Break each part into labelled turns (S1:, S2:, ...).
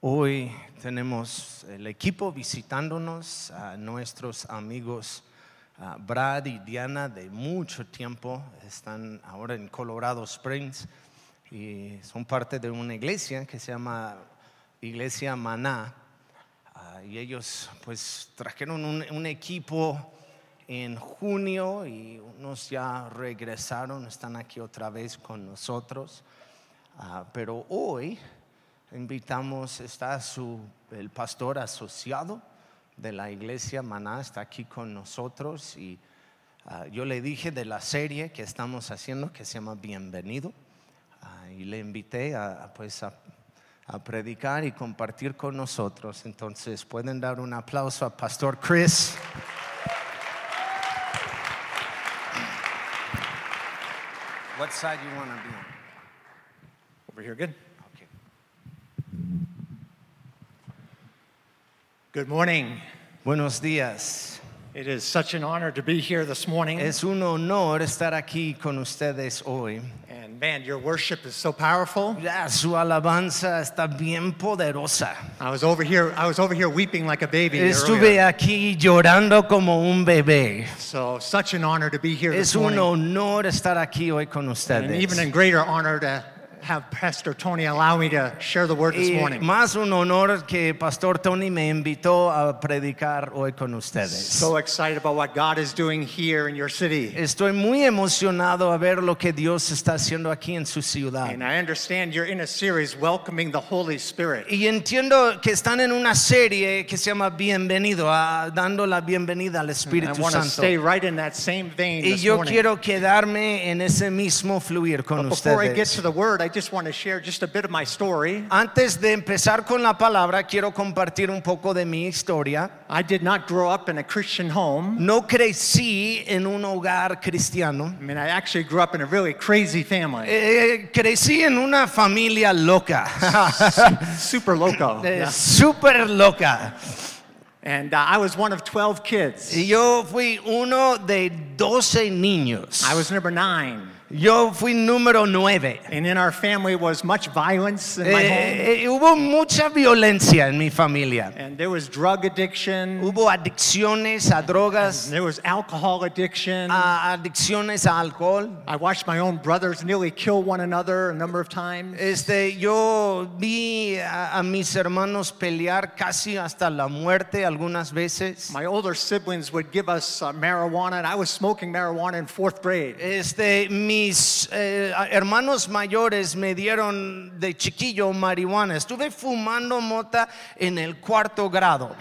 S1: Hoy tenemos el equipo visitándonos, a nuestros amigos ah, Brad y Diana de mucho tiempo, están ahora en Colorado Springs y son parte de una iglesia que se llama Iglesia Maná. Ah, y ellos pues trajeron un, un equipo en junio y unos ya regresaron, están aquí otra vez con nosotros. Ah, pero hoy invitamos, está su, el pastor asociado de la iglesia Maná, está aquí con nosotros y ah, yo le dije de la serie que estamos haciendo que se llama Bienvenido ah, y le invité a, a, pues, a- a predicar y compartir con nosotros. Entonces pueden dar un aplauso a Pastor Chris. What side you wanna be on?
S2: Over here, good.
S1: Okay.
S2: Good morning.
S1: Buenos días.
S2: It is such an honor to be here this morning.
S1: Es un honor estar aquí con ustedes hoy.
S2: and man, your worship is so powerful.
S1: Ya, su alabanza está bien poderosa.
S2: I was over here, I was over here weeping like a baby.
S1: Estuve
S2: earlier.
S1: aquí llorando como un bebé.
S2: So such an honor to be here
S1: Es
S2: this
S1: un
S2: morning.
S1: honor estar aquí hoy con
S2: and an even a
S1: ustedes.
S2: greater honor to have Pastor Tony allow me to share the word this
S1: Y
S2: morning.
S1: más un honor que Pastor Tony me invitó a predicar hoy con ustedes.
S2: so excited about what God is doing here in your city.
S1: Estoy muy emocionado a ver lo que Dios está haciendo aquí en su ciudad.
S2: And I understand you're in a series welcoming the Holy Spirit.
S1: Y entiendo que están en una serie que se llama Bienvenido, a- dando la bienvenida al
S2: And I
S1: Espíritu
S2: want to
S1: Santo.
S2: stay right in that same vein
S1: Y
S2: this
S1: yo
S2: morning.
S1: quiero quedarme en ese mismo fluir con
S2: But before I get
S1: ustedes.
S2: to the word, I just want to share just a bit of my story.
S1: Antes de empezar con la palabra, quiero compartir un poco de mi historia.
S2: I did not grow up in a Christian home.
S1: No crecí en un hogar cristiano.
S2: I mean, I actually grew up in a really crazy family,
S1: Eh, crecí en una familia loca,
S2: super loco.
S1: Eh,
S2: Yeah.
S1: súper loca.
S2: And uh, I was one of 12 kids.
S1: Y yo fui uno de 12 niños.
S2: I was number nine.
S1: Yo fui número 9.
S2: And in our family was much violence in my home.
S1: Eh, eh, hubo mucha violencia en mi familia.
S2: And there was drug addiction.
S1: Hubo adicciones a drogas,
S2: There was alcohol addiction.
S1: a adicciones a alcohol.
S2: I watched my own brothers nearly kill one another a number of
S1: Eh.
S2: times.
S1: Este, yo vi a, a mis hermanos pelear casi hasta la muerte algunas veces.
S2: My older siblings would give us uh, marijuana, and I was smoking marijuana in fourth grade.
S1: Eh. Este, mis eh, a- hermanos mayores me dieron de chiquillo marihuana. Estuve fumando mota en el cuarto grado.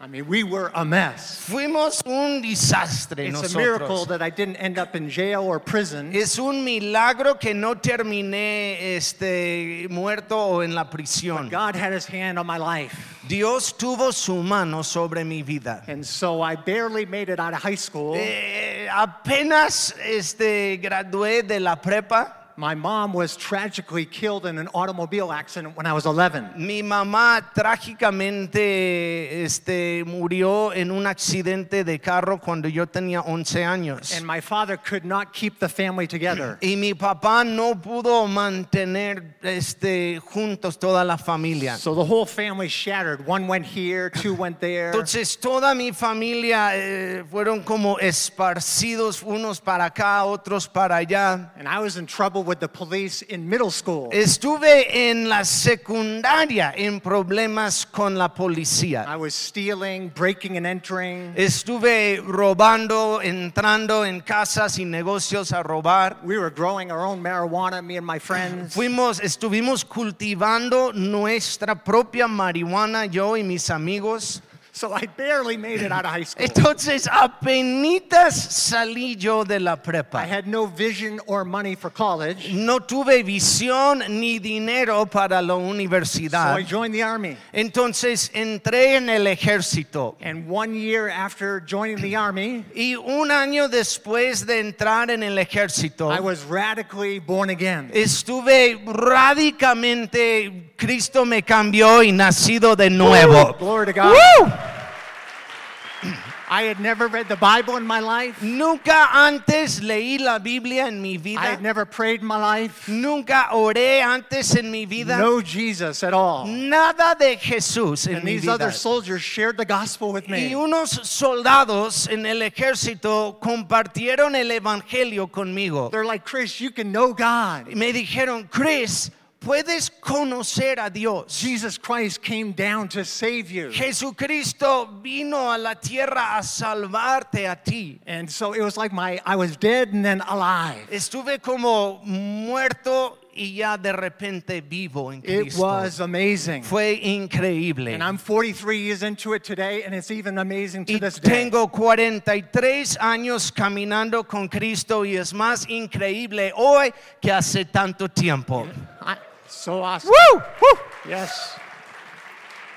S2: I mean, we were a mess.
S1: Fuimos un desastre
S2: It's a miracle
S1: nosotros.
S2: that I didn't end up in jail or prison.
S1: Es un milagro que no terminé este, muerto o en la prisión.
S2: God had his hand on my life.
S1: Dios tuvo su mano sobre mi vida.
S2: And so I barely made it out of high school.
S1: Eh, apenas este, gradué de la prepa,
S2: My mom was tragically killed in an automobile accident when I was 11.
S1: mi mamá trágicamente este, murió en un accidente de carro cuando yo tenía 11 años.
S2: And my father could not keep the family together.
S1: Y mi papá no pudo mantener este, juntos toda la familia.
S2: So the whole family shattered. One went here, two went there.
S1: Entonces toda mi familia eh, fueron como esparcidos, unos para acá, otros para allá.
S2: And I was in trouble with the police in middle school.
S1: Estuve en la secundaria en problemas con la policía.
S2: I was stealing, breaking, and entering.
S1: Estuve robando, entrando en casas y negocios a robar.
S2: We were growing our own marijuana, me and my friends.
S1: Fuimos, estuvimos cultivando nuestra propia marihuana, yo y mis amigos.
S2: So I barely made it out of high school.
S1: Entonces, apenas salí yo de la
S2: I
S1: prepa.
S2: had no vision or money for college,
S1: No tuve visión ni dinero para la
S2: so
S1: universidad.
S2: I joined the army.
S1: Entonces entré en el ejército.
S2: And one year after joining the army,
S1: Y un año después de entrar en el ejército,
S2: I was radically born again.
S1: estuve radicalmente, Cristo
S2: Oh,
S1: me cambió y nacido de nuevo.
S2: Woo! Glory to God.
S1: ¡Woo!
S2: I had never read the Bible in my life.
S1: Nunca antes leí la Biblia en mi
S2: I
S1: vida.
S2: had never prayed in my life.
S1: Nunca oré antes en mi vida.
S2: No Jesus at all.
S1: Nada de Jesús en
S2: And
S1: mi
S2: these
S1: vida.
S2: other soldiers shared the gospel with
S1: Y
S2: me.
S1: unos soldados en el ejército compartieron el evangelio conmigo.
S2: They're like, Chris, you can know
S1: Y
S2: God.
S1: me dijeron, Chris, puedes conocer a Dios.
S2: Jesus Christ came down to save you.
S1: Jesucristo vino a la tierra a salvarte a ti.
S2: And so it was like my I was dead and then alive.
S1: Estuve como muerto y ya de repente vivo en
S2: It
S1: Cristo.
S2: was amazing.
S1: Fue increíble.
S2: And I'm 43 years into it today, and it's even amazing to
S1: Y
S2: this day.
S1: tengo 43 años caminando con Cristo y es más increíble hoy que hace tanto tiempo.
S2: I- so awesome.
S1: ¡Woo! ¡Woo!
S2: Yes.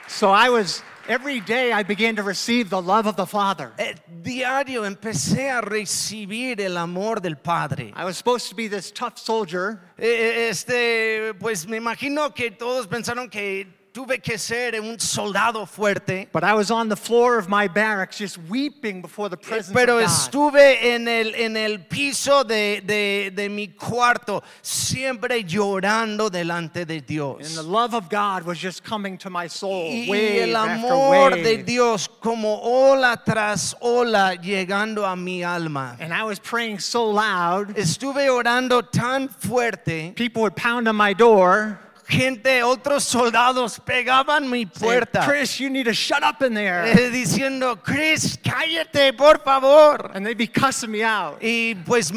S2: So I was every day I began to receive the love of the Father.
S1: Eh, diario empecé a recibir el amor del Padre.
S2: I was supposed to be this tough soldier,
S1: Eh, Este, pues me imagino que todos pensaron que tuve que ser un soldado fuerte,
S2: but I was on the floor of my barracks just weeping before the presence
S1: pero
S2: of God.
S1: estuve en el, en el piso de, de- de mi cuarto, siempre llorando delante de
S2: And the
S1: Dios.
S2: love of God was just coming to my soul,
S1: Y y
S2: wave
S1: el
S2: after
S1: amor de
S2: wave.
S1: Dios como ola tras ola llegando a mi alma.
S2: And I was praying so loud,
S1: Estuve orando tan fuerte,
S2: people would pound on my door.
S1: gente, otros soldados pegaban mi
S2: saying,
S1: puerta.
S2: Chris, you need to shut up in there.
S1: Eh, diciendo, Chris, cállate, por favor.
S2: And they'd be cussing me out.
S1: Y pues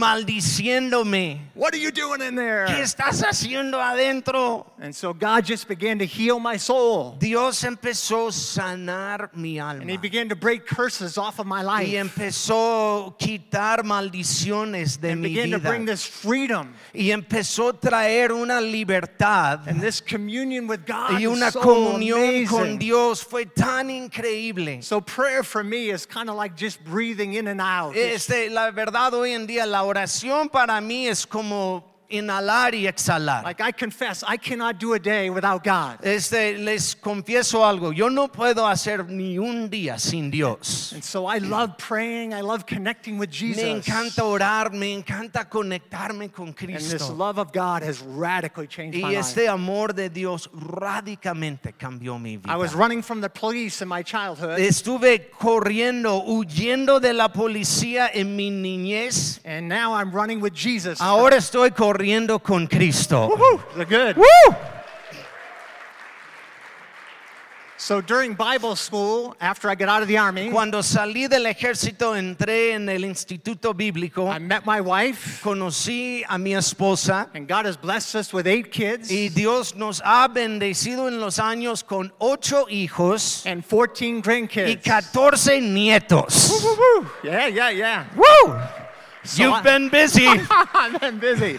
S1: maldiciéndome.
S2: What are you doing in
S1: ¿Qué
S2: there?
S1: estás haciendo adentro?
S2: And so God just began to heal my soul.
S1: Dios empezó a sanar mi
S2: And he
S1: alma.
S2: began to break curses off of my
S1: Y
S2: life.
S1: empezó a quitar maldiciones de
S2: And
S1: mi
S2: began to
S1: vida.
S2: bring this freedom
S1: Y empezó a traer una libertad.
S2: and this communion with God.
S1: Y
S2: is
S1: una
S2: so
S1: comunión con
S2: amazing.
S1: Dios fue tan increíble.
S2: So prayer for me is kind of like just breathing in and out.
S1: Este, la verdad, hoy en día la oración para mí es como inhalar y exhalar.
S2: Like I confess, I cannot do a day without God.
S1: Este, les confieso algo, yo no puedo hacer ni un día sin Dios.
S2: And so I love praying. I love connecting with Jesus.
S1: Me encanta orar, me encanta conectarme con
S2: And this
S1: Cristo.
S2: love of God has radically changed my
S1: Y
S2: life.
S1: este amor de Dios radicalmente cambió mi vida.
S2: I was running from the police in my childhood,
S1: Estuve corriendo, huyendo de la policía en mi niñez.
S2: and now I'm running with Jesus.
S1: Ahora estoy corriendo con Cristo.
S2: The good.
S1: ¡Woo!
S2: So during Bible school, after I got out of the army,
S1: Cuando salí del ejército, entré en el instituto bíblico,
S2: I met my wife,
S1: conocí a mi esposa.
S2: and God has blessed us with eight kids
S1: Y Dios nos ha bendecido en los años con ocho hijos
S2: and 14
S1: y
S2: grandkids.
S1: 14 nietos.
S2: Yeah, yeah, yeah.
S1: Woo!
S2: So
S1: You've
S2: I- Ah.
S1: been busy.
S2: I've been busy.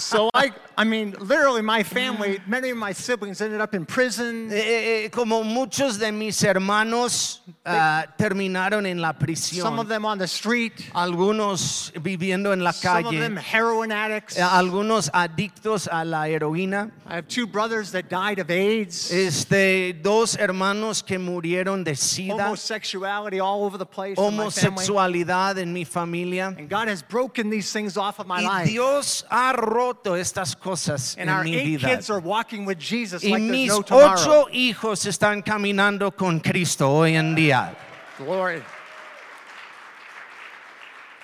S2: So I, I mean, literally, my family, many of my siblings ended up in prison.
S1: Eh, eh, como muchos de mis hermanos ah, terminaron en la
S2: Some of
S1: prisión,
S2: them on the street.
S1: algunos viviendo en la
S2: Some of them
S1: calle,
S2: heroin addicts.
S1: eh, algunos adictos a la heroína,
S2: I have two brothers that died of AIDS.
S1: este, dos hermanos que murieron de sida,
S2: homosexuality all over the place in my family.
S1: homosexualidad en mi familia.
S2: And God has broken these things off of my
S1: Y
S2: life.
S1: Dios ha roto estas cosas
S2: and
S1: en
S2: our
S1: mi
S2: eight
S1: vida.
S2: kids are walking with Jesus
S1: Y
S2: like there's
S1: mis
S2: no tomorrow.
S1: ocho hijos están caminando con Cristo hoy en día.
S2: Glory.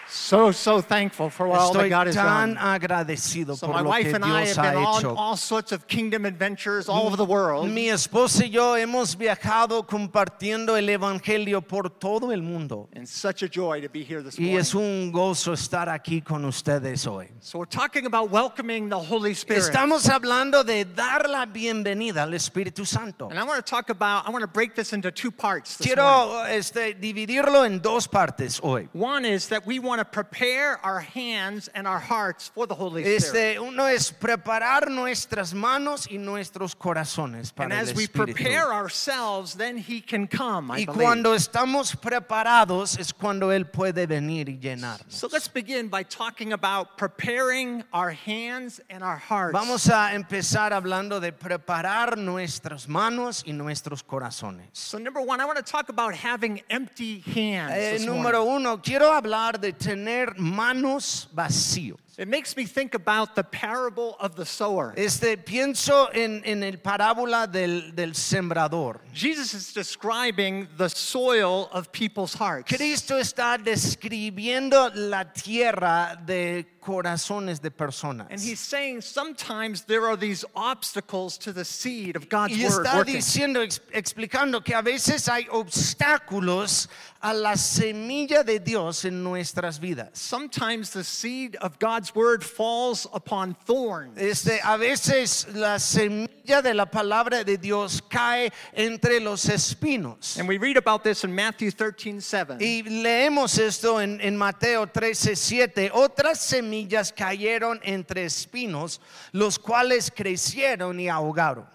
S2: So, so thankful for all that
S1: Estoy
S2: God has
S1: tan
S2: done.
S1: agradecido
S2: So
S1: por
S2: my
S1: lo
S2: wife
S1: que
S2: and I
S1: Dios
S2: have
S1: ha
S2: been on
S1: hecho.
S2: all sorts of kingdom adventures all over the world.
S1: Mi esposa y yo hemos viajado compartiendo el evangelio por todo el mundo.
S2: And such a joy to be here this
S1: Y
S2: morning.
S1: es un gozo estar aquí con ustedes hoy.
S2: So we're talking about welcoming the Holy Spirit.
S1: Estamos hablando de dar la bienvenida al Espíritu Santo.
S2: and I want to talk about, I want to break this into two parts this morning.
S1: Quiero este, dividirlo en dos partes hoy.
S2: One is that we want to to prepare our hands and our hearts for the Holy Spirit.
S1: Este, uno es preparar nuestras manos y nuestros corazones
S2: And
S1: para el
S2: as we
S1: Espíritu.
S2: prepare ourselves, then He can come. I
S1: Y
S2: believe.
S1: cuando estamos preparados es cuando Él puede venir y llenarnos.
S2: So let's begin by talking about preparing our hands and our hearts.
S1: Vamos a empezar hablando de preparar nuestras manos y nuestros corazones.
S2: So number one, I want to talk about having empty hands.
S1: Eh,
S2: this
S1: número
S2: morning.
S1: uno, quiero hablar de tener manos vacíos.
S2: It makes me think about the parable of the sower.
S1: Este, pienso en, en el parábola del, del sembrador.
S2: Jesus is describing the soil of people's hearts.
S1: Cristo está describiendo la tierra de corazones de personas.
S2: And he's saying sometimes there are these obstacles to the seed of God's
S1: Y
S2: word
S1: está
S2: working.
S1: diciendo, ex- explicando que a veces hay obstáculos a la semilla de Dios en nuestras vidas.
S2: Sometimes the seed of God's word falls upon thorns.
S1: Este, a veces la semilla de la palabra de Dios cae entre los espinos.
S2: And we read about this in Matthew 13, 7.
S1: Y leemos esto en, en Mateo 13, 7. Otras semillas cayeron entre espinos, los cuales crecieron y ahogaron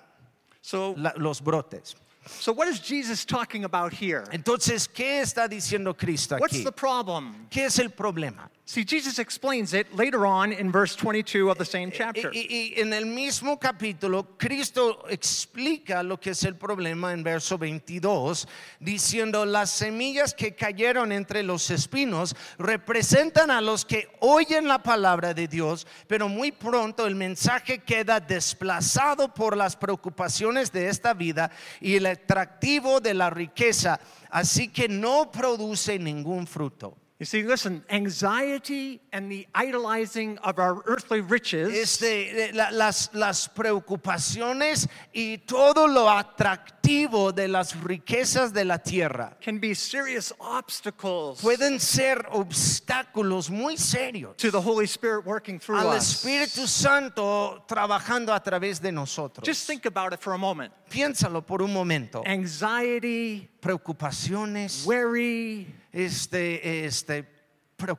S2: So,
S1: la- los brotes.
S2: so what is Jesus talking about here?
S1: Entonces, ¿qué está diciendo Cristo
S2: What's
S1: aquí?
S2: the problem?
S1: ¿Qué es el problema?
S2: See, Jesus explains it later on in verse 22 of the same
S1: Y,
S2: chapter.
S1: y- y en el mismo capítulo, Cristo explica lo que es el problema en verso 22, diciendo, las semillas que cayeron entre los espinos representan a los que oyen la palabra de Dios, pero muy pronto el mensaje queda desplazado por las preocupaciones de esta vida y el atractivo de la riqueza, así que no produce ningún fruto.
S2: You see, listen, anxiety and the idolizing of our earthly riches
S1: Este, eh, la- las, las preocupaciones y todo lo atractivo de las riquezas de la tierra
S2: can be serious obstacles
S1: pueden ser obstáculos muy serios
S2: to the Holy Spirit working through
S1: al
S2: us.
S1: Espíritu Santo trabajando a través de nosotros.
S2: Just think about it for a moment.
S1: Piénsalo por un momento.
S2: Anxiety,
S1: Preocupaciones,
S2: worry,
S1: este, este,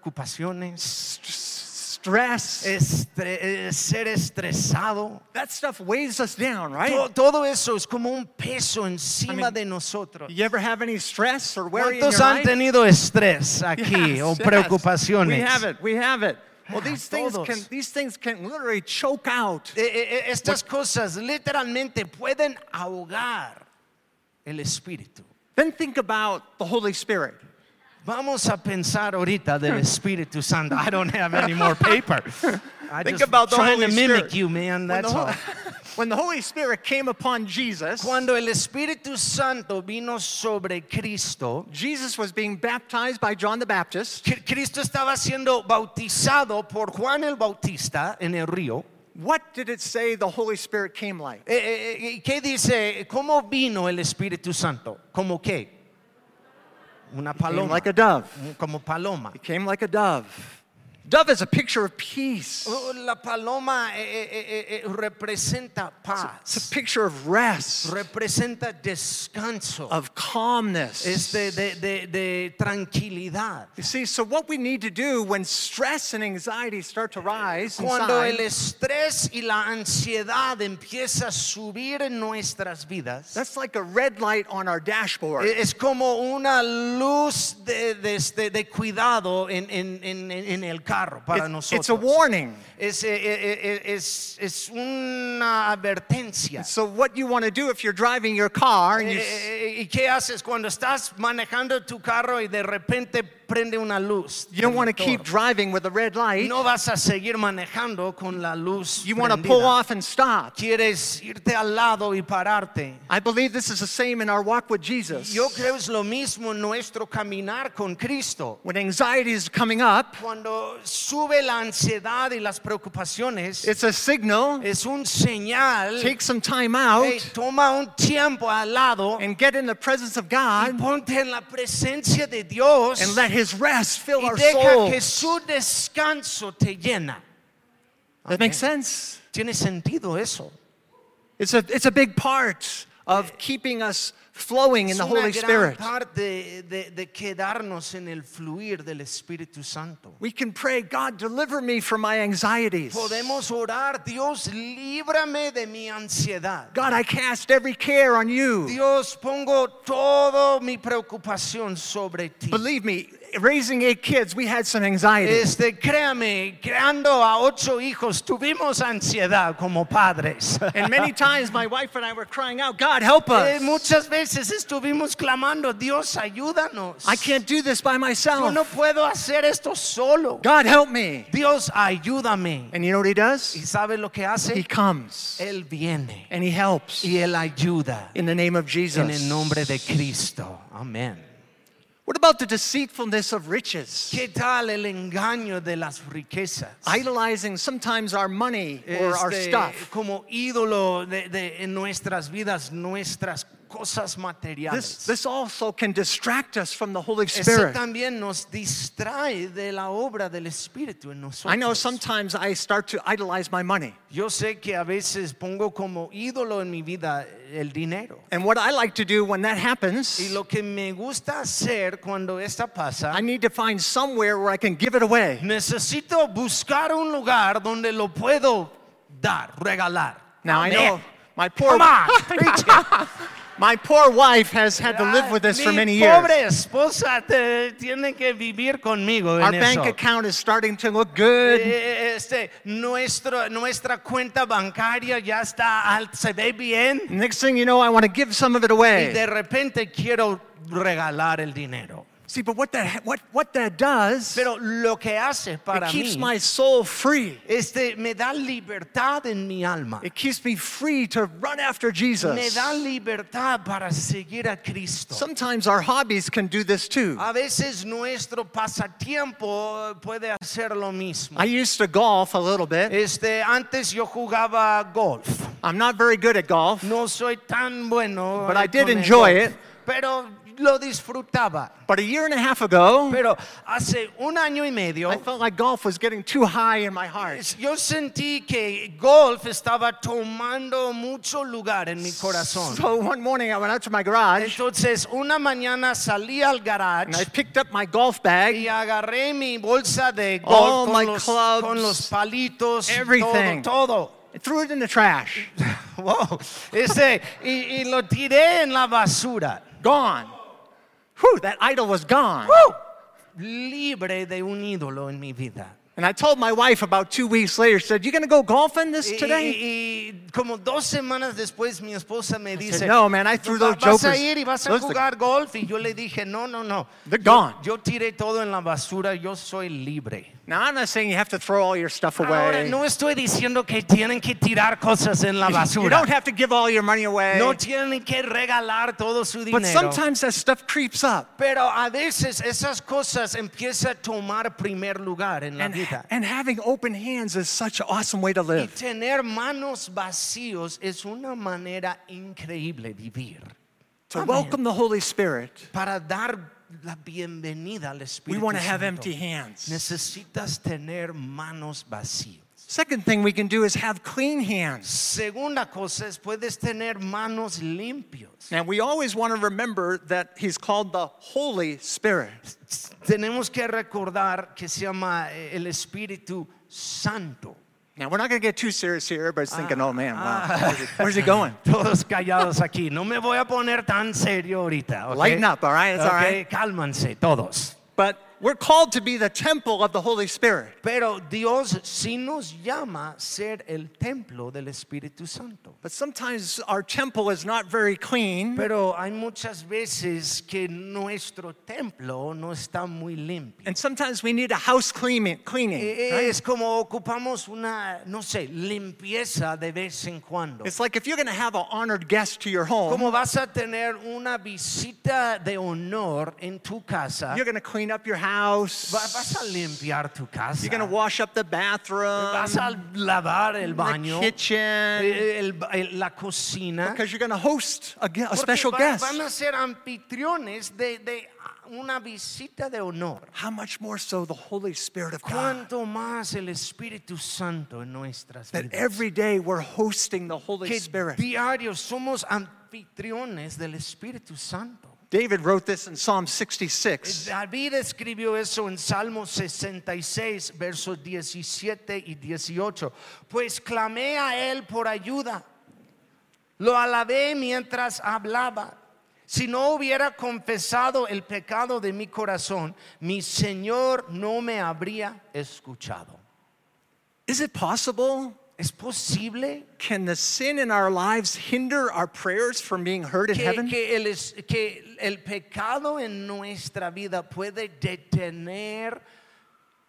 S1: preocupaciones,
S2: st- stress.
S1: estre- eh, ser estresado.
S2: that stuff weighs us down,
S1: To-
S2: right?
S1: Todo eso es como un peso encima
S2: mean,
S1: de nosotros.
S2: You ever have any stress or worry in
S1: ¿Cuántos
S2: your
S1: han
S2: life?
S1: tenido estrés aquí
S2: Yes,
S1: o
S2: yes. We
S1: preocupaciones?
S2: have it. We have it. Well,
S1: Ah,
S2: these things
S1: todos.
S2: can these things can literally choke out.
S1: Eh, eh, eh, estas cosas literalmente pueden ahogar el espíritu.
S2: Then think about the Holy Spirit.
S1: Vamos a pensar ahorita del Espíritu Santo. I don't have any more paper. I
S2: Think
S1: just
S2: about the
S1: trying to
S2: Holy
S1: mimic
S2: Spirit.
S1: you, man.
S2: When the,
S1: That's
S2: Hol-
S1: all.
S2: when the Holy Spirit came upon Jesus,
S1: Cuando el Espíritu Santo vino sobre Cristo,
S2: Jesus was being baptized by John the Baptist.
S1: Cri- Cristo estaba siendo bautizado por Juan el Bautista en el río.
S2: What did it say the Holy Spirit came like?
S1: Eh, eh, eh, ¿Qué dice? ¿Cómo vino el Espíritu Santo? ¿Como qué? Una
S2: Came
S1: paloma.
S2: like a dove.
S1: Como paloma.
S2: It came like a dove. Dove is a picture of peace.
S1: Oh, La paloma eh, eh, eh, eh, representa
S2: It's a
S1: paz,
S2: picture of rest,
S1: representa descanso,
S2: of calmness.
S1: este, de, de- de tranquilidad.
S2: You see, so what we need to do when stress and anxiety start to rise
S1: Cuando
S2: inside,
S1: el estrés y la ansiedad empieza a subir en nuestras vidas,
S2: that's like a red light on our dashboard.
S1: e- es como una luz de, de este- de cuidado en, en- en- en el carro para
S2: It's-
S1: nosotros.
S2: it's a warning.
S1: Es, eh, eh, eh, es, es una advertencia.
S2: So what you want to do if you're driving your car and
S1: Eh,
S2: you
S1: eh, ¿Y qué haces cuando estás manejando tu carro y de repente prende una luz?
S2: You don't
S1: del
S2: want to keep
S1: motor?
S2: driving with a red light.
S1: No vas a seguir manejando con la luz.
S2: You want to
S1: prendida.
S2: pull off and stop.
S1: Quieres irte al lado y pararte.
S2: I believe this is the same in our walk with Jesus.
S1: Yo creo es lo mismo en nuestro caminar con Cristo.
S2: When anxiety is coming up,
S1: Cuando sube la ansiedad y las preocupaciones,
S2: it's a signal.
S1: es un señal.
S2: Take some time
S1: Eh, Hey,
S2: out
S1: toma un tiempo al lado
S2: and get in the presence of
S1: y
S2: God
S1: ponte en la presencia de Dios.
S2: and let His rest fill
S1: y
S2: our
S1: deja
S2: soul.
S1: que su descanso te llena.
S2: That makes sense.
S1: Tiene sentido eso.
S2: It's a, it's a big part of keeping us flowing in
S1: es
S2: the
S1: una
S2: Holy
S1: gran
S2: Spirit.
S1: parte de, de quedarnos en el fluir del Espíritu Santo.
S2: We can pray, God, deliver me from my anxieties.
S1: Podemos orar, Dios, líbrame de mi ansiedad.
S2: God, I cast every care on you.
S1: Dios, pongo toda mi preocupación sobre ti.
S2: Believe me, raising eight kids, we had some anxiety.
S1: Este, créame, creando a ocho hijos, tuvimos ansiedad como padres.
S2: And many times my wife and I were crying out, God, help
S1: Eh,
S2: us.
S1: muchas veces estuvimos clamando, Dios, ayúdanos.
S2: I can't do this by
S1: Yo no
S2: myself.
S1: puedo hacer esto solo.
S2: God, help me.
S1: Dios, ayúdame.
S2: And you know what he
S1: ¿Y
S2: does?
S1: sabe lo que
S2: He
S1: hace?
S2: comes
S1: Él viene
S2: and he helps
S1: y Él ayuda
S2: in the name of
S1: en el
S2: Jesus.
S1: nombre de Cristo. Amén.
S2: What about the deceitfulness of riches?
S1: ¿Qué tal el engaño de las riquezas?
S2: Idolizing sometimes our money or our
S1: Este,
S2: stuff.
S1: Como ídolo de, de- en nuestras vidas, nuestras cosas
S2: This,
S1: materiales.
S2: this also can distract us from the Holy
S1: Eso
S2: Spirit.
S1: también nos distrae de la obra del Espíritu en nosotros.
S2: I know sometimes I start to idolize my money.
S1: Yo sé que a veces pongo como ídolo en mi vida el dinero.
S2: And what I like to do when that
S1: Y
S2: happens,
S1: lo que me gusta hacer cuando esta pasa,
S2: I need to find somewhere where I can give it away.
S1: necesito buscar un lugar donde lo puedo dar, regalar.
S2: Now I
S1: Amén.
S2: know my poor
S1: Come on, preach it.
S2: my poor wife has had to live with this for
S1: Mi
S2: many years.
S1: pobre esposa te- tiene que vivir conmigo en
S2: Our bank
S1: eso.
S2: account is starting to look good.
S1: Eh, Este, nuestro, nuestra cuenta bancaria ya está al- se ve bien
S2: Next thing you know, I want to give some of it
S1: y
S2: away.
S1: de repente quiero regalar el dinero.
S2: See, but what that what what that does, it
S1: Pero lo que hace para
S2: keeps
S1: mí
S2: my soul free.
S1: este, me da libertad en mi alma.
S2: It keeps me free to run after
S1: Me
S2: Jesus.
S1: da libertad para seguir a Cristo.
S2: Sometimes our hobbies can do this too.
S1: A veces nuestro pasatiempo puede hacer lo mismo.
S2: I used to golf a little bit.
S1: Este, antes yo jugaba golf.
S2: I'm not very good at golf,
S1: No soy tan bueno.
S2: But I
S1: eh,
S2: did
S1: con el
S2: enjoy
S1: golf,
S2: it.
S1: Pero lo disfrutaba.
S2: but a year and a half ago,
S1: Pero hace un año y medio
S2: I felt like golf was getting too high in my heart.
S1: es- yo sentí que golf estaba tomando mucho lugar en mi corazón.
S2: So one morning I went out to my garage
S1: Entonces una mañana salí al
S2: and I
S1: garage
S2: picked up my golf bag
S1: y agarré mi bolsa de golf
S2: All
S1: con
S2: my
S1: los,
S2: clubs,
S1: con los palitos,
S2: everything.
S1: todo, todo.
S2: and threw it in the trash.
S1: Wow. Este, y- y lo tiré en la basura.
S2: Gone. Whew, that idol was gone.
S1: ¡Woo! Libre de un ídolo en mi vida.
S2: And I told my wife about two weeks later, she said, You gonna go golfing this
S1: Y,
S2: today?
S1: y- y como dos semanas después mi esposa me
S2: I
S1: dice,
S2: said, no, man, I threw
S1: "Va-
S2: those
S1: vas a
S2: jokers.
S1: ir y vas a
S2: Those are-
S1: jugar golf. Y yo le dije, no, no, no.
S2: They're gone.
S1: Yo tiré todo en la basura, yo soy libre.
S2: Now, I'm not saying you have to throw all your stuff
S1: Ahora
S2: away.
S1: no estoy diciendo que tienen que tirar cosas en la
S2: you don't
S1: basura.
S2: have to give all your money away.
S1: No tienen que regalar todo su
S2: but
S1: dinero.
S2: sometimes that stuff creeps up
S1: Pero a veces esas cosas empiezan a tomar primer lugar en la
S2: and,
S1: vida.
S2: and having open hands is such an awesome way to
S1: Y
S2: live
S1: tener manos vacíos es una manera increíble de vivir.
S2: to
S1: Amén.
S2: welcome the holy spirit
S1: Para dar la bienvenida al Espíritu
S2: we want to have
S1: Santo,
S2: empty hands
S1: necesitas tener manos vacías.
S2: second thing we can do is have clean hands
S1: Segunda cosa es puedes tener manos limpios.
S2: now we always want to remember that he's called the holy spirit
S1: Tenemos que recordar que se llama eh, el Espíritu Santo.
S2: now we're not going to get too serious here everybody's thinking oh man wow
S1: ah.
S2: where's, he, where's he going
S1: Todos callados aquí. No me voy a poner tan serio ahorita. ¿ok?
S2: Lighten up, all right? It's all
S1: Ok,
S2: right.
S1: Cálmanse todos.
S2: but we're called to be the temple of the holy spirit
S1: Pero Dios sí nos llama a ser el templo del Espíritu Santo.
S2: but sometimes our temple is not very clean
S1: Pero hay muchas veces que nuestro templo no está muy limpio.
S2: And sometimes we need a house cleaning. cleaning
S1: E-
S2: right?
S1: Es como ocupamos una, no sé, limpieza de vez en cuando.
S2: It's like if you're going to have an honored guest to your home,
S1: Como vas a tener una visita de honor en tu casa,
S2: you're going to clean up your house.
S1: Va- vas a limpiar tu casa.
S2: You're going to wash up the bathroom,
S1: Vas a lavar el
S2: the
S1: baño,
S2: kitchen,
S1: eh, el- el- la cocina.
S2: because you're going to host a, gue- a
S1: Porque
S2: special
S1: va-
S2: guest.
S1: Van a ser anfitriones de, de una visita de honor.
S2: How much more so the Holy Spirit of God?
S1: Cuanto más el Espíritu Santo en nuestras
S2: That
S1: vidas.
S2: every day we're hosting the Holy
S1: Que
S2: Spirit.
S1: diario somos anfitriones del Espíritu Santo.
S2: David wrote this in Psalm 66.
S1: David escribió eso en Salmo 66, versos 17 y 18. Pues clamé a él por ayuda. Lo alabé mientras hablaba. Si no hubiera confesado el pecado de mi corazón, mi Señor no me habría escuchado.
S2: Is it possible?
S1: ¿Es posible
S2: Can the sin in our lives hinder our prayers from being heard in
S1: que,
S2: heaven?
S1: que el, es- que el pecado en nuestra vida puede detener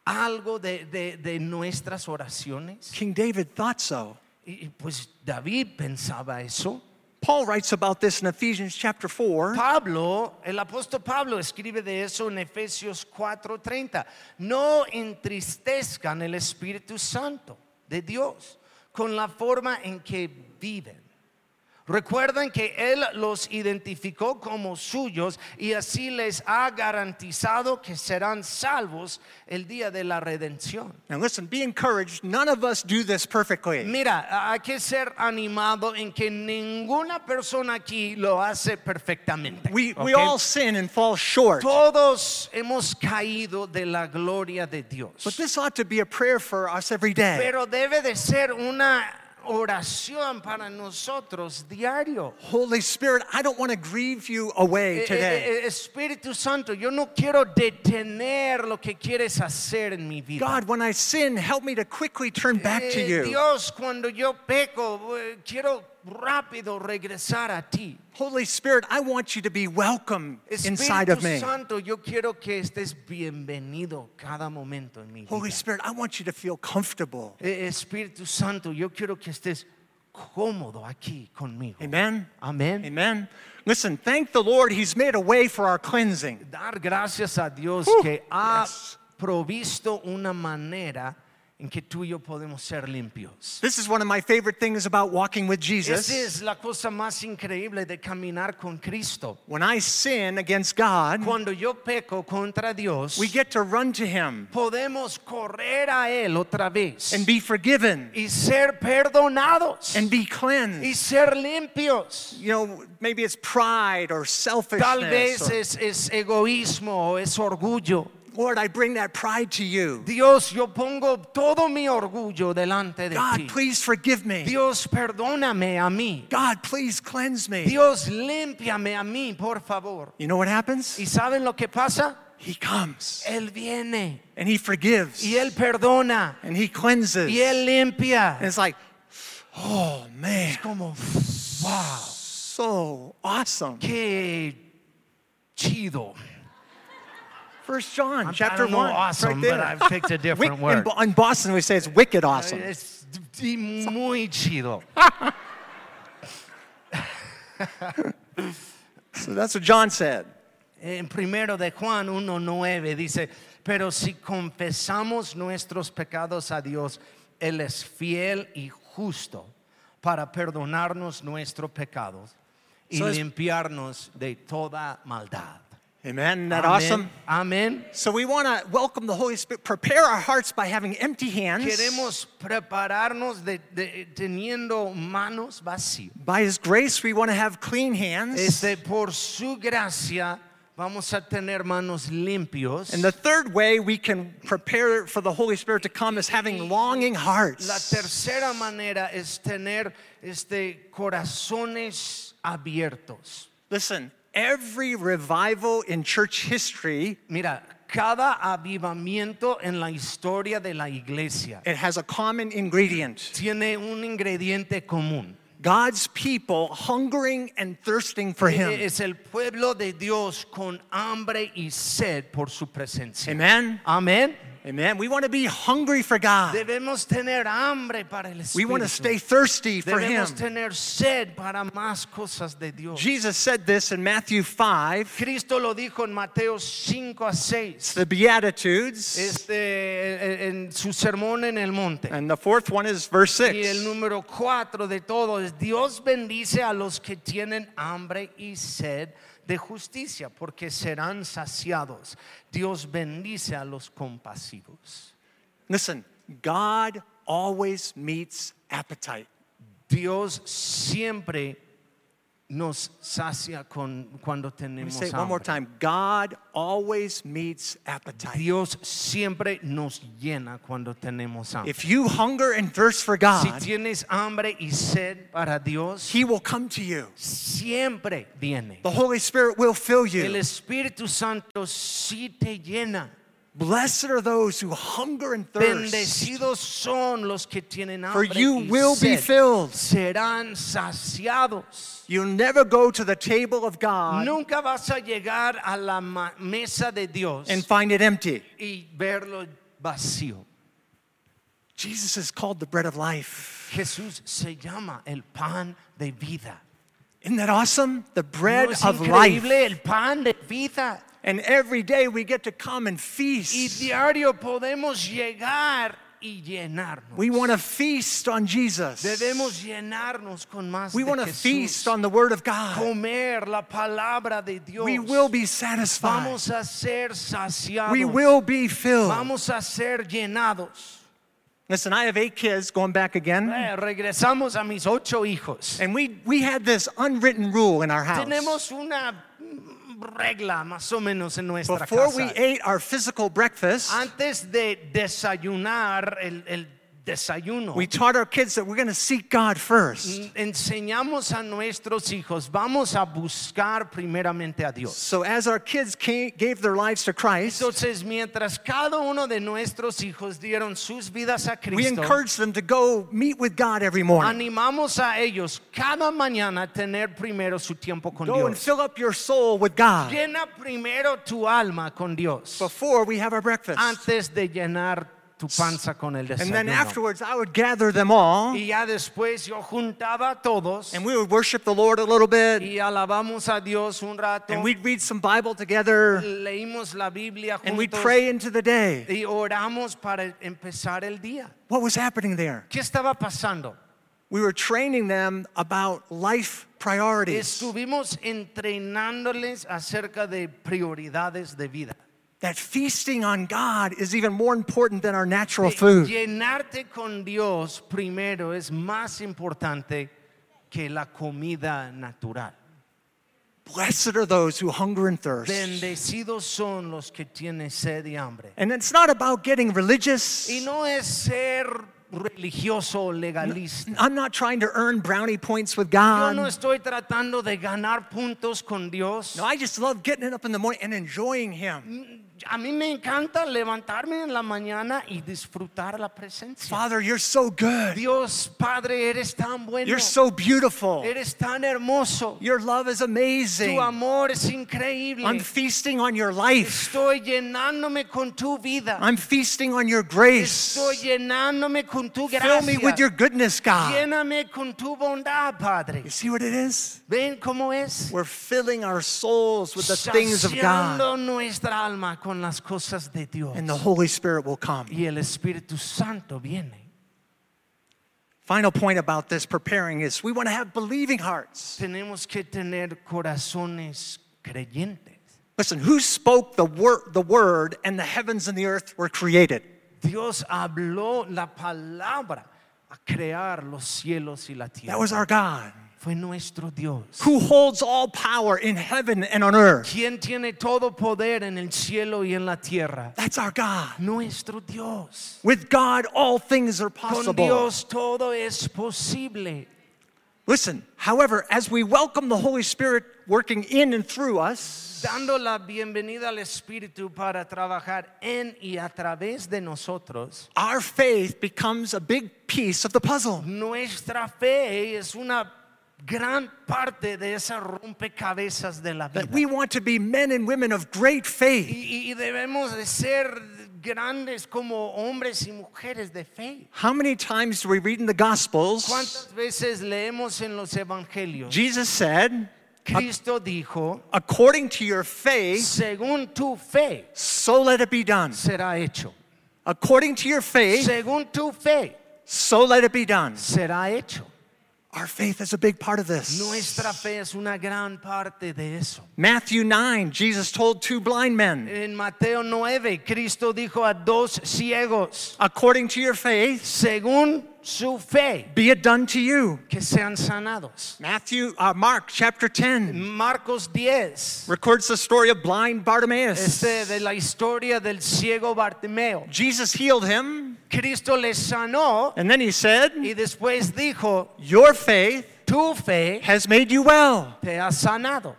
S1: algo de, de- de nuestras oraciones.
S2: King David thought so.
S1: Y, y pues David pensaba eso.
S2: Paul writes about this in Ephesians chapter 4.
S1: Pablo, el apóstol Pablo escribe de eso en Efesios 4:30. No entristezcan el Espíritu Santo de Dios con la forma en que viven. Recuerden que Él los identificó como suyos y así les ha garantizado que serán salvos el día de la redención.
S2: Now listen, be encouraged. None of us do this perfectly.
S1: Mira, hay que ser animado en que ninguna persona aquí lo hace perfectamente.
S2: We,
S1: ¿ok?
S2: we all sin and fall short.
S1: Todos hemos caído de la gloria de
S2: But
S1: Dios.
S2: this ought to be a prayer for us every day.
S1: Pero debe de ser una oración para nosotros diario.
S2: Holy Spirit, I don't want to grieve you away
S1: Eh,
S2: today.
S1: eh, eh, Espíritu Santo, yo no quiero detener lo que quieres hacer en mi vida.
S2: God, when I sin, help me to quickly turn back to
S1: Eh,
S2: you.
S1: Dios, cuando yo peco, eh, quiero rápido regresar a ti.
S2: Holy Spirit, I want you to be welcome inside
S1: Espíritu
S2: of me.
S1: Santo, yo quiero que estés bienvenido cada momento en mi
S2: Holy
S1: vida.
S2: Spirit, I want you to feel comfortable.
S1: Eh, Espíritu Santo, yo quiero que estés cómodo aquí conmigo.
S2: Amen.
S1: Amén.
S2: Amen. Listen, thank the Lord, He's made a way for our cleansing.
S1: Dar gracias a Dios
S2: Uh,
S1: que ha
S2: yes.
S1: provisto una manera en que tú y yo podemos ser limpios.
S2: This is one of my favorite things about walking with
S1: Esa
S2: Jesus.
S1: es la cosa más increíble de caminar con Cristo.
S2: When I sin against God,
S1: Cuando yo peco contra Dios,
S2: we get to run to Him
S1: podemos correr a Él otra vez
S2: and be forgiven
S1: y ser perdonados
S2: and be
S1: y
S2: cleansed.
S1: ser limpios.
S2: You know, maybe it's pride or
S1: Tal vez
S2: selfishness. or,
S1: es, es egoísmo o es orgullo.
S2: Lord, I bring that pride to you.
S1: Dios, yo pongo todo mi orgullo delante de ti.
S2: God, please forgive me.
S1: Dios, perdóname a mí.
S2: God, please cleanse me.
S1: Dios, límpiame a mí, por favor.
S2: You know what happens?
S1: ¿Y saben lo que pasa?
S2: He comes
S1: Él viene
S2: and He forgives
S1: y Él perdona
S2: and He cleanses.
S1: y Él limpia.
S2: And it's like, oh man,
S1: Como, wow,
S2: so awesome.
S1: qué chido.
S2: First John
S1: I'm- I
S2: chapter
S1: don't know
S2: one.
S1: awesome,
S2: right
S1: but
S2: there.
S1: I've picked a different
S2: Wick- In,
S1: word. Uh,
S2: Bo- in Boston, we say it's wicked awesome.
S1: Es di- muy chido.
S2: So that's what John said.
S1: En primero de Juan 1.9 dice, pero si confesamos nuestros pecados a Dios, Él es fiel y justo para perdonarnos nuestros pecados y
S2: So es-
S1: limpiarnos de toda maldad.
S2: Amen. Isn't that
S1: Amén.
S2: awesome?
S1: Amén.
S2: So we want to welcome the Holy Spirit, prepare our hearts by having empty hands,
S1: Queremos prepararnos de- de- teniendo manos vacías.
S2: by His grace, we want to have clean hands.
S1: Este, por su gracia vamos a tener manos limpios.
S2: and the third way we can prepare for the Holy Spirit to come is having longing
S1: La
S2: hearts.
S1: tercera manera es tener este corazones abiertos.
S2: Listen, every revival in church history
S1: Mira, cada avivamiento en la historia de la iglesia
S2: It has a common ingredient
S1: tiene un ingrediente común.
S2: God's people hungering and thirsting for Him.
S1: E, Es el pueblo de Dios con hambre y sed por su presencia.
S2: Amen?
S1: Amén.
S2: Amen. We want to be hungry for God.
S1: Debemos tener hambre para el
S2: We
S1: Espíritu.
S2: want to stay thirsty for Him.
S1: Debemos tener sed para más cosas de Dios.
S2: Jesus said this in Matthew 5.
S1: Cristo lo dijo en Mateo 5 a
S2: It's
S1: 6,
S2: the Beatitudes.
S1: este, en, en su sermón en el monte.
S2: And the fourth one is verse
S1: Y el
S2: 6.
S1: número 4 de todo es, Dios bendice a los que tienen hambre y sed de justicia, porque serán saciados. Dios bendice a los compasivos.
S2: Listen, God always meets appetite.
S1: Dios siempre nos sacia con, cuando
S2: Let me
S1: tenemos
S2: say it one more
S1: hambre.
S2: time. God always meets appetite.
S1: Dios siempre nos llena cuando tenemos hambre.
S2: If you hunger and thirst for
S1: Si
S2: God,
S1: tienes hambre y sed para Dios,
S2: He will come to you.
S1: siempre viene.
S2: The Holy Spirit will fill
S1: El
S2: you.
S1: Espíritu Santo sí te llena.
S2: Blessed are those who hunger and thirst.
S1: Bendecidos son los que tienen
S2: For
S1: hambre
S2: you
S1: y
S2: will be
S1: sed.
S2: filled.
S1: Serán saciados.
S2: You'll never go to the table of God
S1: Nunca vas a llegar a la ma- mesa de Dios
S2: and find it empty.
S1: y verlo vacío.
S2: Jesus is called the bread of life.
S1: Jesús se llama el pan de vida.
S2: Isn't that awesome? The bread
S1: ¿No es
S2: of life.
S1: increíble el pan de vida.
S2: And every day we get to come and
S1: Y
S2: feast.
S1: diario podemos llegar y llenarnos.
S2: We want to feast on Jesus.
S1: Debemos llenarnos con más
S2: We
S1: de
S2: want to
S1: Jesús.
S2: feast on the Word of God.
S1: comer la palabra de Dios.
S2: We will be satisfied.
S1: Vamos a ser saciados.
S2: We will be filled.
S1: Vamos a ser llenados.
S2: Listen, I have eight kids going back again.
S1: Eh, regresamos a mis ocho hijos.
S2: And we, we had this unwritten rule in our house.
S1: Tenemos una mm, regla más o menos en nuestra
S2: Before
S1: casa.
S2: we ate our physical breakfast,
S1: Antes de desayunar el, el desayuno,
S2: we taught our kids that we're going to seek God first.
S1: en- enseñamos a nuestros hijos, vamos a buscar primeramente a Dios.
S2: So as our kids came, gave their lives to Christ,
S1: Entonces, mientras cada uno de nuestros hijos dieron sus vidas a
S2: we
S1: Cristo,
S2: encouraged them to go meet with God every morning.
S1: Animamos a ellos cada mañana a tener primero su tiempo con
S2: Go and
S1: Dios.
S2: fill up your soul with God
S1: Llena primero tu alma con Dios
S2: before we have our breakfast.
S1: antes de llenar tu panza con el
S2: And then
S1: desayuno.
S2: afterwards, I would gather them all
S1: Y ya después yo juntaba a todos
S2: and we would worship the Lord a little bit
S1: y alabamos a Dios un rato.
S2: and we'd read some Bible together
S1: Leímos la Biblia
S2: and we'd
S1: juntos
S2: pray into the day.
S1: y oramos para empezar el día.
S2: What was happening there?
S1: ¿Qué estaba pasando?
S2: We were training them about life priorities,
S1: Estuvimos entrenándoles acerca de prioridades de vida.
S2: that feasting on God is even more important than our natural
S1: Eh,
S2: food.
S1: Llenarte con Dios primero es más importante que la comida natural.
S2: Blessed are those who hunger and thirst.
S1: Bendecidos son los que tienen sed y hambre.
S2: And it's not about getting religious.
S1: Y no es ser religioso o legalista.
S2: I'm not trying to earn brownie points with
S1: Yo
S2: God.
S1: no estoy tratando de ganar puntos con Dios.
S2: No, I just love getting up in the morning and enjoying
S1: Mm.
S2: Him.
S1: A mí me encanta levantarme en la mañana y disfrutar la presencia.
S2: Father, you're so good.
S1: Dios Padre, eres tan bueno.
S2: You're so beautiful.
S1: Eres tan hermoso.
S2: Your love is amazing.
S1: Tu amor es increíble.
S2: I'm feasting on your life.
S1: Estoy llenándome con tu vida.
S2: I'm feasting on your grace.
S1: Estoy llenándome con tu gracia.
S2: Fill me with your goodness, God.
S1: Lléname con tu bondad, Padre.
S2: You see what it is?
S1: Ven cómo es.
S2: We're filling our souls with the things of God,
S1: Saciando nuestra alma con las cosas de Dios.
S2: and the Holy Spirit will come.
S1: Y el Espíritu Santo viene.
S2: Final point about this preparing is we want to have believing hearts.
S1: Tenemos que tener corazones creyentes.
S2: Listen, who spoke the word, the word and the heavens and the earth were created?
S1: Dios habló la palabra a crear los cielos y la
S2: That was
S1: tierra.
S2: our God.
S1: Fue nuestro Dios.
S2: who holds all power in heaven and on earth.
S1: quien tiene todo poder en el cielo y en la tierra.
S2: That's our God.
S1: Nuestro Dios.
S2: With God, all things are
S1: Con
S2: possible.
S1: Dios todo es posible.
S2: Listen, however, as we welcome the Holy Spirit working in and through us,
S1: Dando la bienvenida al Espíritu para trabajar en y a través de nosotros.
S2: our faith becomes a big piece of the puzzle.
S1: Nuestra fe es una gran parte de ese rompecabezas de la
S2: That
S1: vida.
S2: we want to be men and women of great
S1: Y,
S2: faith
S1: y- y debemos de ser grandes como hombres y mujeres de fe.
S2: How many times do we read in the Gospels?
S1: ¿Cuántas veces leemos en los evangelios?
S2: Jesus said,
S1: Cristo dijo,
S2: according to your faith,
S1: según tu fe
S2: so let it be done.
S1: será hecho.
S2: According to your faith,
S1: Según tu fe
S2: so let it be done.
S1: será hecho.
S2: Our faith is a big part of this.
S1: Nuestra fe es una gran parte de eso.
S2: Matthew 9, Jesus told two blind men,
S1: En Mateo 9, Cristo dijo a dos ciegos,
S2: according to your faith,
S1: según su fe,
S2: be it done to you.
S1: que sean sanados.
S2: Matthew, uh, Mark chapter 10
S1: Marcos 10,
S2: records the story of blind Bartimaeus.
S1: este, de la historia del ciego Bartimeo.
S2: Jesus healed him,
S1: Cristo le sanó
S2: and then he said,
S1: y después dijo,
S2: Your faith
S1: tu fe
S2: has made you well.
S1: te ha sanado.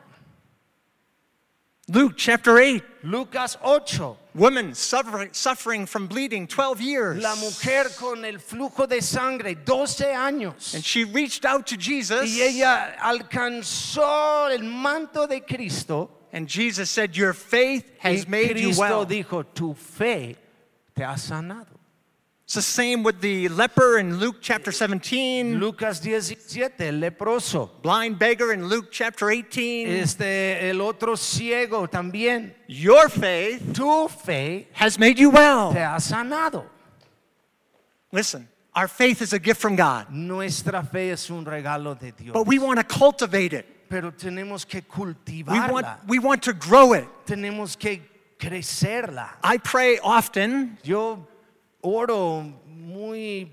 S2: Luke chapter 8,
S1: Lucas 8,
S2: woman suffering, suffering from bleeding 12 years.
S1: la mujer con el flujo de sangre, 12 años.
S2: And she reached out to Jesus,
S1: Y ella alcanzó el manto de Cristo.
S2: and Jesus said, Your faith
S1: Y
S2: has made you
S1: Cristo
S2: well.
S1: dijo, tu fe te ha sanado.
S2: It's the same with the leper in Luke chapter 17,
S1: Lucas 17, el leproso.
S2: blind beggar in Luke chapter 18.
S1: Este, el otro ciego también.
S2: Your faith
S1: Tu fe
S2: has made you
S1: te
S2: well.
S1: ha sanado.
S2: Listen, our faith is a gift from God,
S1: Nuestra fe es un regalo de Dios.
S2: but we want to cultivate it.
S1: Pero tenemos que
S2: We want,
S1: cultivarla.
S2: we want to grow it.
S1: Tenemos que crecerla.
S2: I pray often,
S1: Yo oro muy.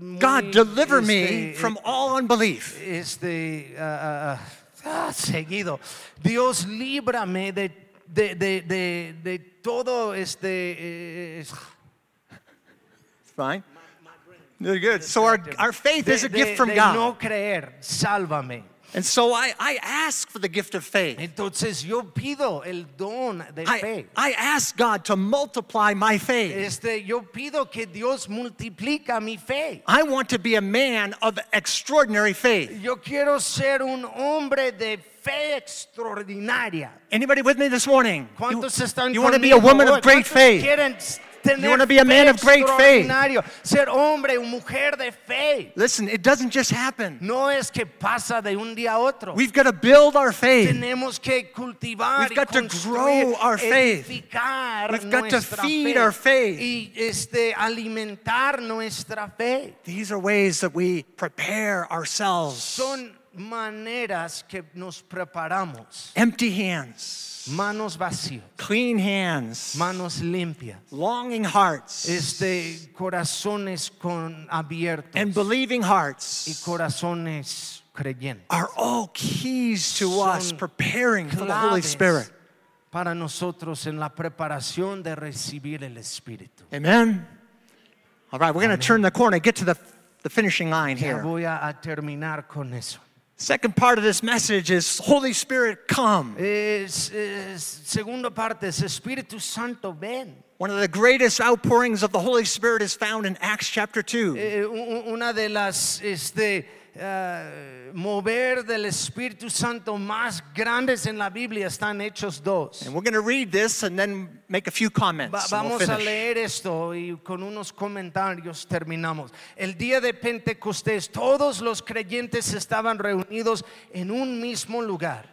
S1: muy,
S2: God, deliver me
S1: este,
S2: from all unbelief.
S1: este, ah, ah, ah, ah, seguido. Dios líbrame de, de, de, de, de todo este. eh,
S2: It's fine. They're good. So our, our faith
S1: de,
S2: is a
S1: de-
S2: gift from
S1: de
S2: God.
S1: no creer, sálvame.
S2: And so I, I ask for the gift of faith.
S1: Entonces yo pido el don de
S2: I,
S1: fe.
S2: I ask God to multiply my faith.
S1: Este, yo pido que Dios multiplica mi fe.
S2: I want to be a man of extraordinary faith.
S1: Yo quiero ser un hombre de fe extraordinaria.
S2: Anybody with me this morning? You,
S1: ¿Cuántos están
S2: you want to be a
S1: conmigo
S2: woman
S1: hoy?
S2: of great
S1: ¿Cuántos
S2: faith.
S1: Quieren s- tener
S2: wanna be a
S1: fe
S2: man of great faith?
S1: extraordinario? Ser hombre o mujer de fe.
S2: Listen, it doesn't just happen.
S1: No es que pasa de un día a otro.
S2: We've got to build our faith.
S1: Tenemos que cultivar
S2: We've
S1: y
S2: got to
S1: construir,
S2: grow our faith.
S1: edificar
S2: We've got to
S1: nuestra
S2: feed
S1: fe
S2: our faith.
S1: y este alimentar nuestra fe.
S2: These are ways that we prepare ourselves.
S1: Son maneras que nos preparamos.
S2: Empty hands,
S1: Manos vacías,
S2: clean hands,
S1: manos limpias.
S2: longing hearts,
S1: este, corazones con abiertos
S2: and believing
S1: y
S2: hearts
S1: corazones creyentes.
S2: are all keys to us
S1: Son
S2: preparing for the Holy
S1: Claves
S2: Spirit.
S1: Para nosotros en la preparación de recibir el Espíritu.
S2: Amen. All right, we're going to turn the corner, get to the, the finishing line
S1: Ya
S2: here.
S1: voy a, a terminar con eso.
S2: Second part of this message is Holy Spirit, come.
S1: Es, es- segunda parte es Espíritu Santo, ven.
S2: One of the greatest outpourings of the Holy Spirit is found in Acts chapter 2.
S1: Eh, u- u- una de las este, ah, mover del Espíritu Santo más grandes en la Biblia están Hechos 2.
S2: And we're going to read this and then make a few
S1: Va-
S2: comments. and we'll
S1: vamos a
S2: finish.
S1: leer esto y con unos comentarios terminamos. El día de Pentecostés todos los creyentes estaban reunidos en un mismo lugar.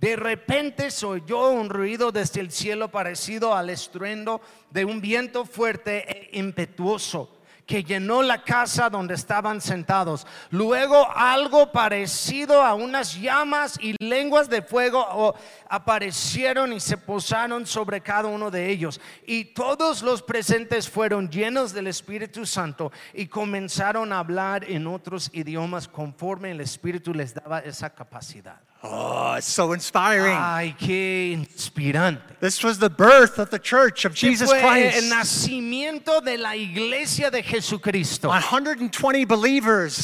S1: De repente se oyó un ruido desde el cielo parecido al estruendo de un viento fuerte e impetuoso que llenó la casa donde estaban sentados. Luego algo parecido a unas llamas y lenguas de fuego o, aparecieron y se posaron sobre cada uno de ellos. Y todos los presentes fueron llenos del Espíritu Santo y comenzaron a hablar en otros idiomas conforme el Espíritu les daba esa capacidad.
S2: Oh, it's so inspiring.
S1: Ay, qué inspirante.
S2: This was the birth of the church of Jesus
S1: Fue el
S2: Christ.
S1: nacimiento de la iglesia de Jesucristo.
S2: 120 believers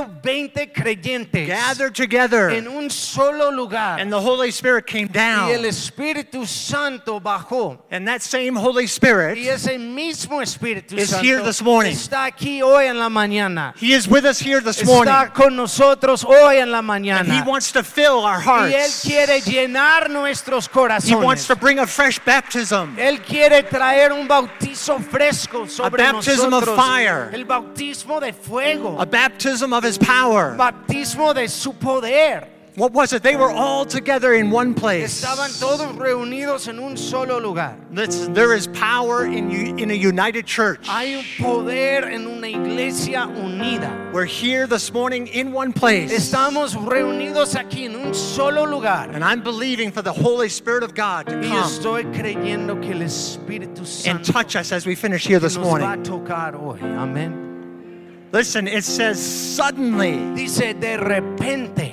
S1: 120 creyentes
S2: gathered together,
S1: en un solo lugar
S2: and the Holy Spirit came
S1: y el
S2: down.
S1: Espíritu Santo bajó.
S2: And that same Holy
S1: Y
S2: Spirit,
S1: ese mismo Espíritu
S2: Is
S1: Santo
S2: here this morning.
S1: está aquí hoy en la mañana.
S2: He is with us here this morning,
S1: Está con nosotros hoy en la
S2: and He
S1: mañana.
S2: wants to fill our
S1: Y Él
S2: hearts.
S1: quiere llenar nuestros
S2: He
S1: corazones.
S2: wants to bring a fresh baptism.
S1: Él quiere traer un bautizo fresco sobre
S2: baptism of
S1: nosotros.
S2: fire.
S1: El bautismo de fuego.
S2: a baptism of his power.
S1: bautismo de su poder.
S2: What was it? They were all together in one place.
S1: Estaban todos reunidos en un solo lugar.
S2: This- there is power in, you, in a united church.
S1: Hay un poder en una iglesia unida.
S2: We're here this morning in one place.
S1: Estamos reunidos aquí en un solo lugar.
S2: And I'm believing for the Holy Spirit of God to
S1: Y yo
S2: come
S1: estoy creyendo que el Espíritu Santo
S2: and touch us as we finish here this
S1: nos va
S2: morning.
S1: a tocar hoy. Amén.
S2: Listen, it says suddenly,
S1: Dice, de repente,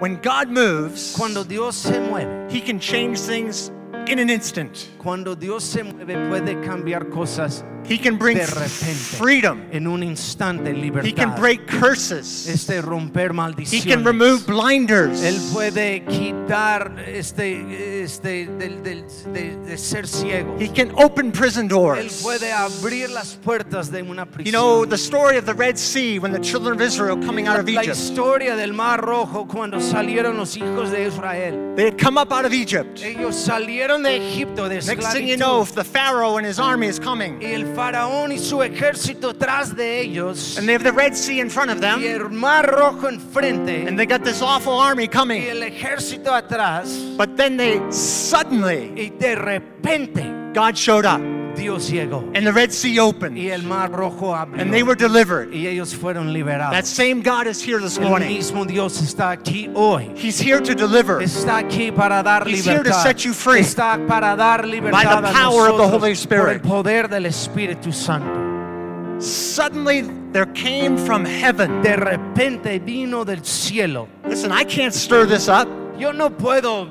S2: when God moves,
S1: cuando Dios se mueve,
S2: he can change things in an instant.
S1: cuando Dios se mueve puede cambiar cosas
S2: He can bring
S1: de repente,
S2: freedom.
S1: en un instante, libertad.
S2: He can break curses.
S1: este romper
S2: He
S1: maldiciones.
S2: can remove blinders.
S1: Él puede quitar este, este del, del- de, de ser ciego.
S2: He can open prison
S1: Él
S2: doors.
S1: puede abrir las puertas de una
S2: You
S1: prisión.
S2: know, the story of the Red Sea when the children of Israel coming out of
S1: la
S2: Egypt.
S1: historia del Mar Rojo cuando salieron los hijos de Israel.
S2: They had come up out of Egypt.
S1: Ellos salieron de Egipto de
S2: Next thing you
S1: esclavitud.
S2: know, the Pharaoh and his army is
S1: y
S2: coming.
S1: el faraón y su ejército tras de ellos
S2: And they have the Red Sea in front of
S1: y
S2: them.
S1: el Mar Rojo enfrente
S2: And they got this awful
S1: y
S2: army coming.
S1: el ejército atrás
S2: But then they suddenly,
S1: y de repente
S2: God showed up.
S1: Dios llegó
S2: And the Red Sea
S1: y
S2: opened.
S1: el Mar Rojo abrió.
S2: And they were delivered.
S1: y ellos fueron liberados.
S2: That same God is here this
S1: El
S2: morning.
S1: mismo Dios está aquí hoy.
S2: He's here to deliver
S1: Está aquí para dar
S2: He's here to
S1: libertad.
S2: set you free
S1: está para dar libertad
S2: the
S1: a
S2: power of the
S1: nosotros
S2: Holy Spirit.
S1: por el poder del Espíritu Santo.
S2: Suddenly, there came from heaven.
S1: De repente vino del cielo.
S2: Listen, I can't stir this up.
S1: Yo no puedo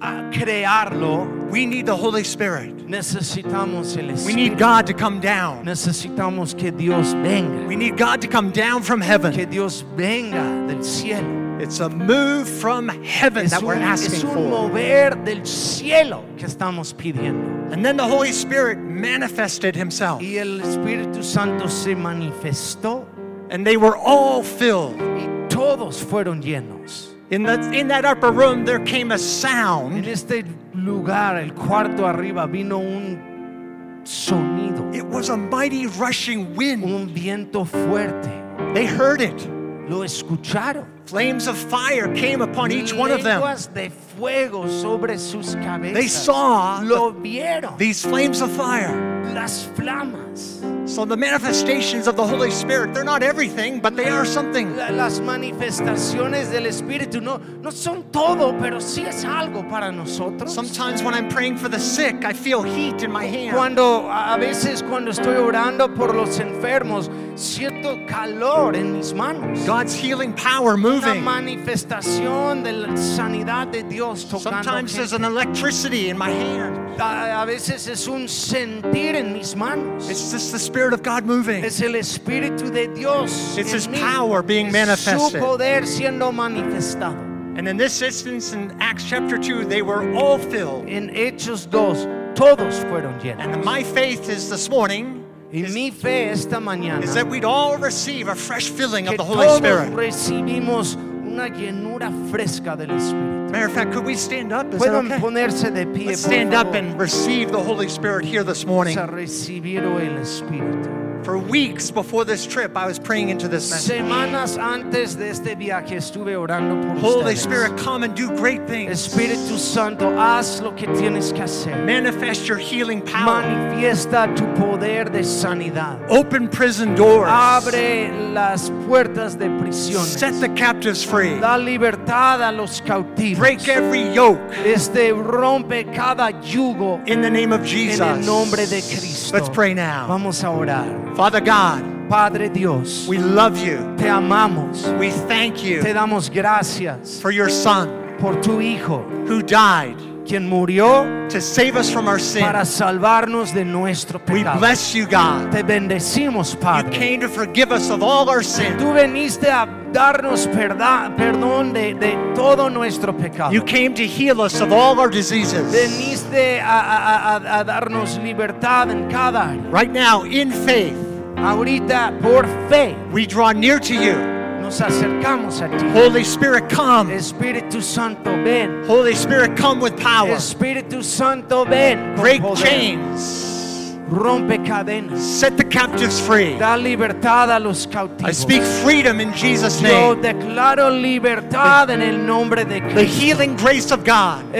S1: ah, crearlo.
S2: We need the Holy Spirit.
S1: Necesitamos el
S2: We
S1: Espíritu.
S2: need God to come down.
S1: Necesitamos que Dios venga.
S2: We need God to come down from heaven.
S1: Que Dios venga del cielo.
S2: It's a move from heaven
S1: Es
S2: that we're
S1: un-
S2: asking
S1: es un
S2: for.
S1: mover del cielo que estamos pidiendo.
S2: And then the Holy Spirit manifested himself,
S1: Y el Espíritu Santo se manifestó
S2: and they were all filled.
S1: y todos fueron llenos.
S2: In that, in that upper room, there came a
S1: En
S2: sound.
S1: este lugar, el cuarto arriba, vino un sonido,
S2: It was a mighty rushing wind.
S1: un viento fuerte.
S2: They heard it.
S1: Lo escucharon.
S2: Flames of fire came upon each one of them.
S1: Lenguas de fuego sobre sus cabezas.
S2: They saw
S1: Lo
S2: the-
S1: vieron.
S2: these flames of fire.
S1: Las flamas.
S2: So the manifestations of the Holy Spirit, they're not everything, but they are something.
S1: La- las manifestaciones del Espíritu no, no son todo, pero sí es algo para nosotros.
S2: Sometimes when I'm praying for the sick, I feel heat in my hand.
S1: Cuando a a veces cuando estoy orando por los enfermos, siento calor en mis manos.
S2: God's healing power
S1: Una
S2: moving.
S1: manifestación de la sanidad de Dios tocando.
S2: Sometimes there's
S1: gente.
S2: an electricity in my hand.
S1: a, a veces es un sentir en mis manos.
S2: It's just the Spirit of God moving.
S1: es el espíritu de Dios.
S2: It's
S1: en
S2: His
S1: mí.
S2: power being
S1: Es Su
S2: manifested.
S1: poder siendo manifestado.
S2: And in this instance, in Acts chapter 2, they were all filled.
S1: En Hechos 2 todos fueron llenos.
S2: And my faith is this morning
S1: Y mi fe esta mañana
S2: is that we'd all receive a fresh filling
S1: que
S2: of the Holy
S1: todos
S2: Spirit.
S1: recibimos una llenura fresca del Espíritu.
S2: Matter of fact, could we stand up? Is that
S1: Pueden
S2: okay?
S1: ponerse de pie, por
S2: Let's stand up
S1: favor.
S2: and receive the Holy Spirit here this morning.
S1: Vamos a recibir hoy el Espíritu.
S2: For weeks before this trip, I was praying into this message.
S1: Semanas antes de este viaje estuve orando por
S2: Holy
S1: ustedes.
S2: Spirit, come and do great things.
S1: Espíritu Santo, haz lo que tienes que hacer.
S2: Manifest your healing power.
S1: Manifiesta tu poder de sanidad.
S2: Open prison doors.
S1: Abre las puertas de prisión.
S2: Set the captives free.
S1: Da libertad a los cautivos.
S2: Break every yoke
S1: Este rompe cada yugo
S2: in the name of Jesus.
S1: en el nombre de Cristo.
S2: Let's pray now.
S1: Vamos a orar.
S2: Father God,
S1: Padre Dios,
S2: we love you.
S1: te amamos.
S2: We thank
S1: Te
S2: you
S1: damos gracias
S2: for your Son
S1: por tu Hijo,
S2: who died
S1: quien murió
S2: to save us from our
S1: para
S2: sin.
S1: salvarnos de nuestro
S2: We
S1: pecado.
S2: bless you, God.
S1: Te bendecimos,
S2: You
S1: Padre.
S2: came to forgive us of all our sin.
S1: Tú viniste a darnos perda- perdón de, de todo nuestro pecado.
S2: You came to heal us of all our diseases.
S1: Veniste a, a- a- a darnos libertad en cada área.
S2: Right now, in faith,
S1: Ahorita, por fe,
S2: we draw near to you.
S1: nos nos acercamos a ti.
S2: Holy Spirit, come.
S1: Espíritu Santo, ven.
S2: Holy Spirit, come with power.
S1: Espíritu Santo, ven. con
S2: Break
S1: poder.
S2: chains.
S1: Rompe cadenas.
S2: Set the captives free.
S1: Da libertad a los cautivos.
S2: I speak freedom in Jesus'
S1: Yo
S2: name.
S1: declaro libertad en el nombre de
S2: The
S1: Cristo.
S2: healing grace of God.
S1: Eh,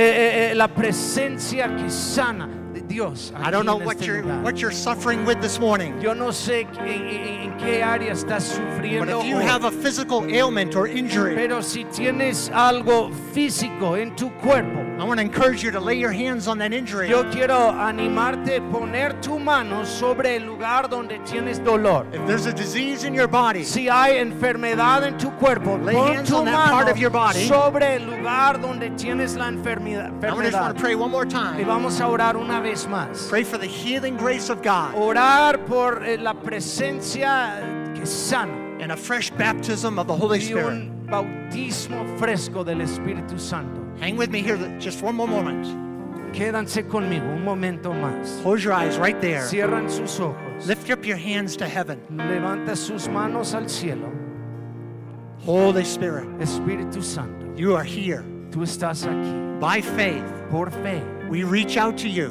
S1: eh, eh, la presencia que sana de Dios.
S2: I
S1: aquí
S2: don't know
S1: en
S2: what
S1: este
S2: you're,
S1: lugar.
S2: what you're suffering with this morning,
S1: Yo no sé en, en- en qué área estás
S2: but
S1: sufriendo.
S2: if you
S1: hoy,
S2: have a physical ailment or injury,
S1: pero si tienes algo físico en tu cuerpo,
S2: I want to encourage you to lay your hands on that injury.
S1: yo quiero animarte a poner tu mano sobre el lugar donde tienes dolor.
S2: If there's a disease in your body,
S1: Si hay enfermedad en tu cuerpo,
S2: Lay
S1: pon
S2: hands
S1: tu
S2: on that
S1: mano
S2: part of your body.
S1: sobre el lugar donde tienes la enfermidad.
S2: I just
S1: enfermedad.
S2: want to pray one more
S1: Y
S2: time.
S1: vamos a orar una vez más.
S2: Pray for the healing grace of God
S1: Orar por eh, la presencia que sana
S2: and a fresh baptism of the Holy
S1: y
S2: Spirit.
S1: un bautismo fresco del Espíritu Santo.
S2: Hang with me here th- just one more moment.
S1: Quédanse conmigo un momento más.
S2: Close your eyes right there.
S1: Cierran sus ojos.
S2: Lift up your hands to heaven.
S1: Levanta sus manos al cielo.
S2: Holy Spirit,
S1: Espíritu Santo,
S2: you are here.
S1: tú estás aquí.
S2: By faith,
S1: Por fe,
S2: we reach out to you.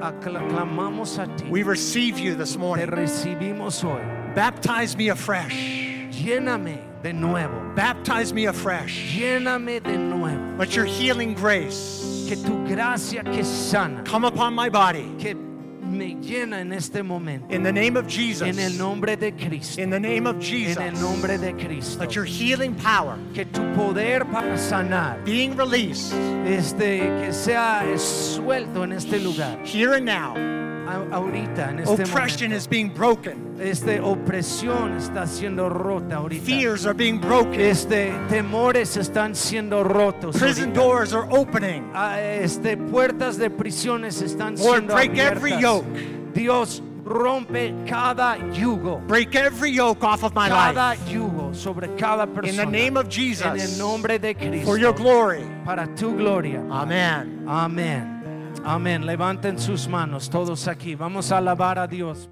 S1: acla- clamamos a ti.
S2: We receive you this
S1: Te
S2: morning.
S1: recibimos hoy.
S2: Baptize me afresh.
S1: Lléname de nuevo.
S2: Baptize me afresh.
S1: Lléname de nuevo.
S2: Let your healing grace
S1: Que tu gracia que sana,
S2: come upon my body.
S1: que me llena en este momento.
S2: In the name of Jesus.
S1: En el nombre de Cristo.
S2: In the name of
S1: En el
S2: Jesus.
S1: nombre de Cristo.
S2: Let your healing power
S1: Que tu poder para sanar,
S2: being released
S1: este, que sea suelto en este lugar.
S2: here and now.
S1: A- ahorita, en este
S2: Oppression
S1: momento.
S2: is being broken.
S1: Este opresión está siendo rota ahorita.
S2: Fears are being broken.
S1: Este temores están siendo rotos.
S2: Prison
S1: ahorita.
S2: doors are opening.
S1: Ah, este, puertas de prisiones están
S2: Lord,
S1: siendo
S2: break every
S1: abiertas.
S2: yoke.
S1: Dios rompe cada yugo,
S2: Break every yoke off of my
S1: cada
S2: life.
S1: yugo sobre cada
S2: In
S1: persona.
S2: the name of
S1: en el
S2: Jesus.
S1: nombre de Cristo.
S2: For your glory.
S1: para tu gloria.
S2: Amen.
S1: Amén. Amén. Levanten sus manos todos aquí. Vamos a alabar a Dios.